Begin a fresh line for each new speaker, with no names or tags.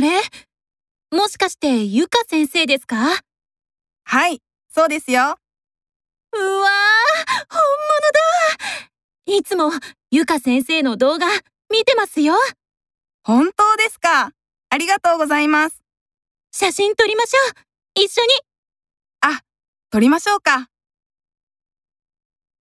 れもしかして、ゆか先生ですかうわー、
はい、そうですよ。
本物だいつも、ゆか先生の動画、見てますよ
本当ですか。ありがとうございます。
写真撮りましょう一緒に
撮りましょうか。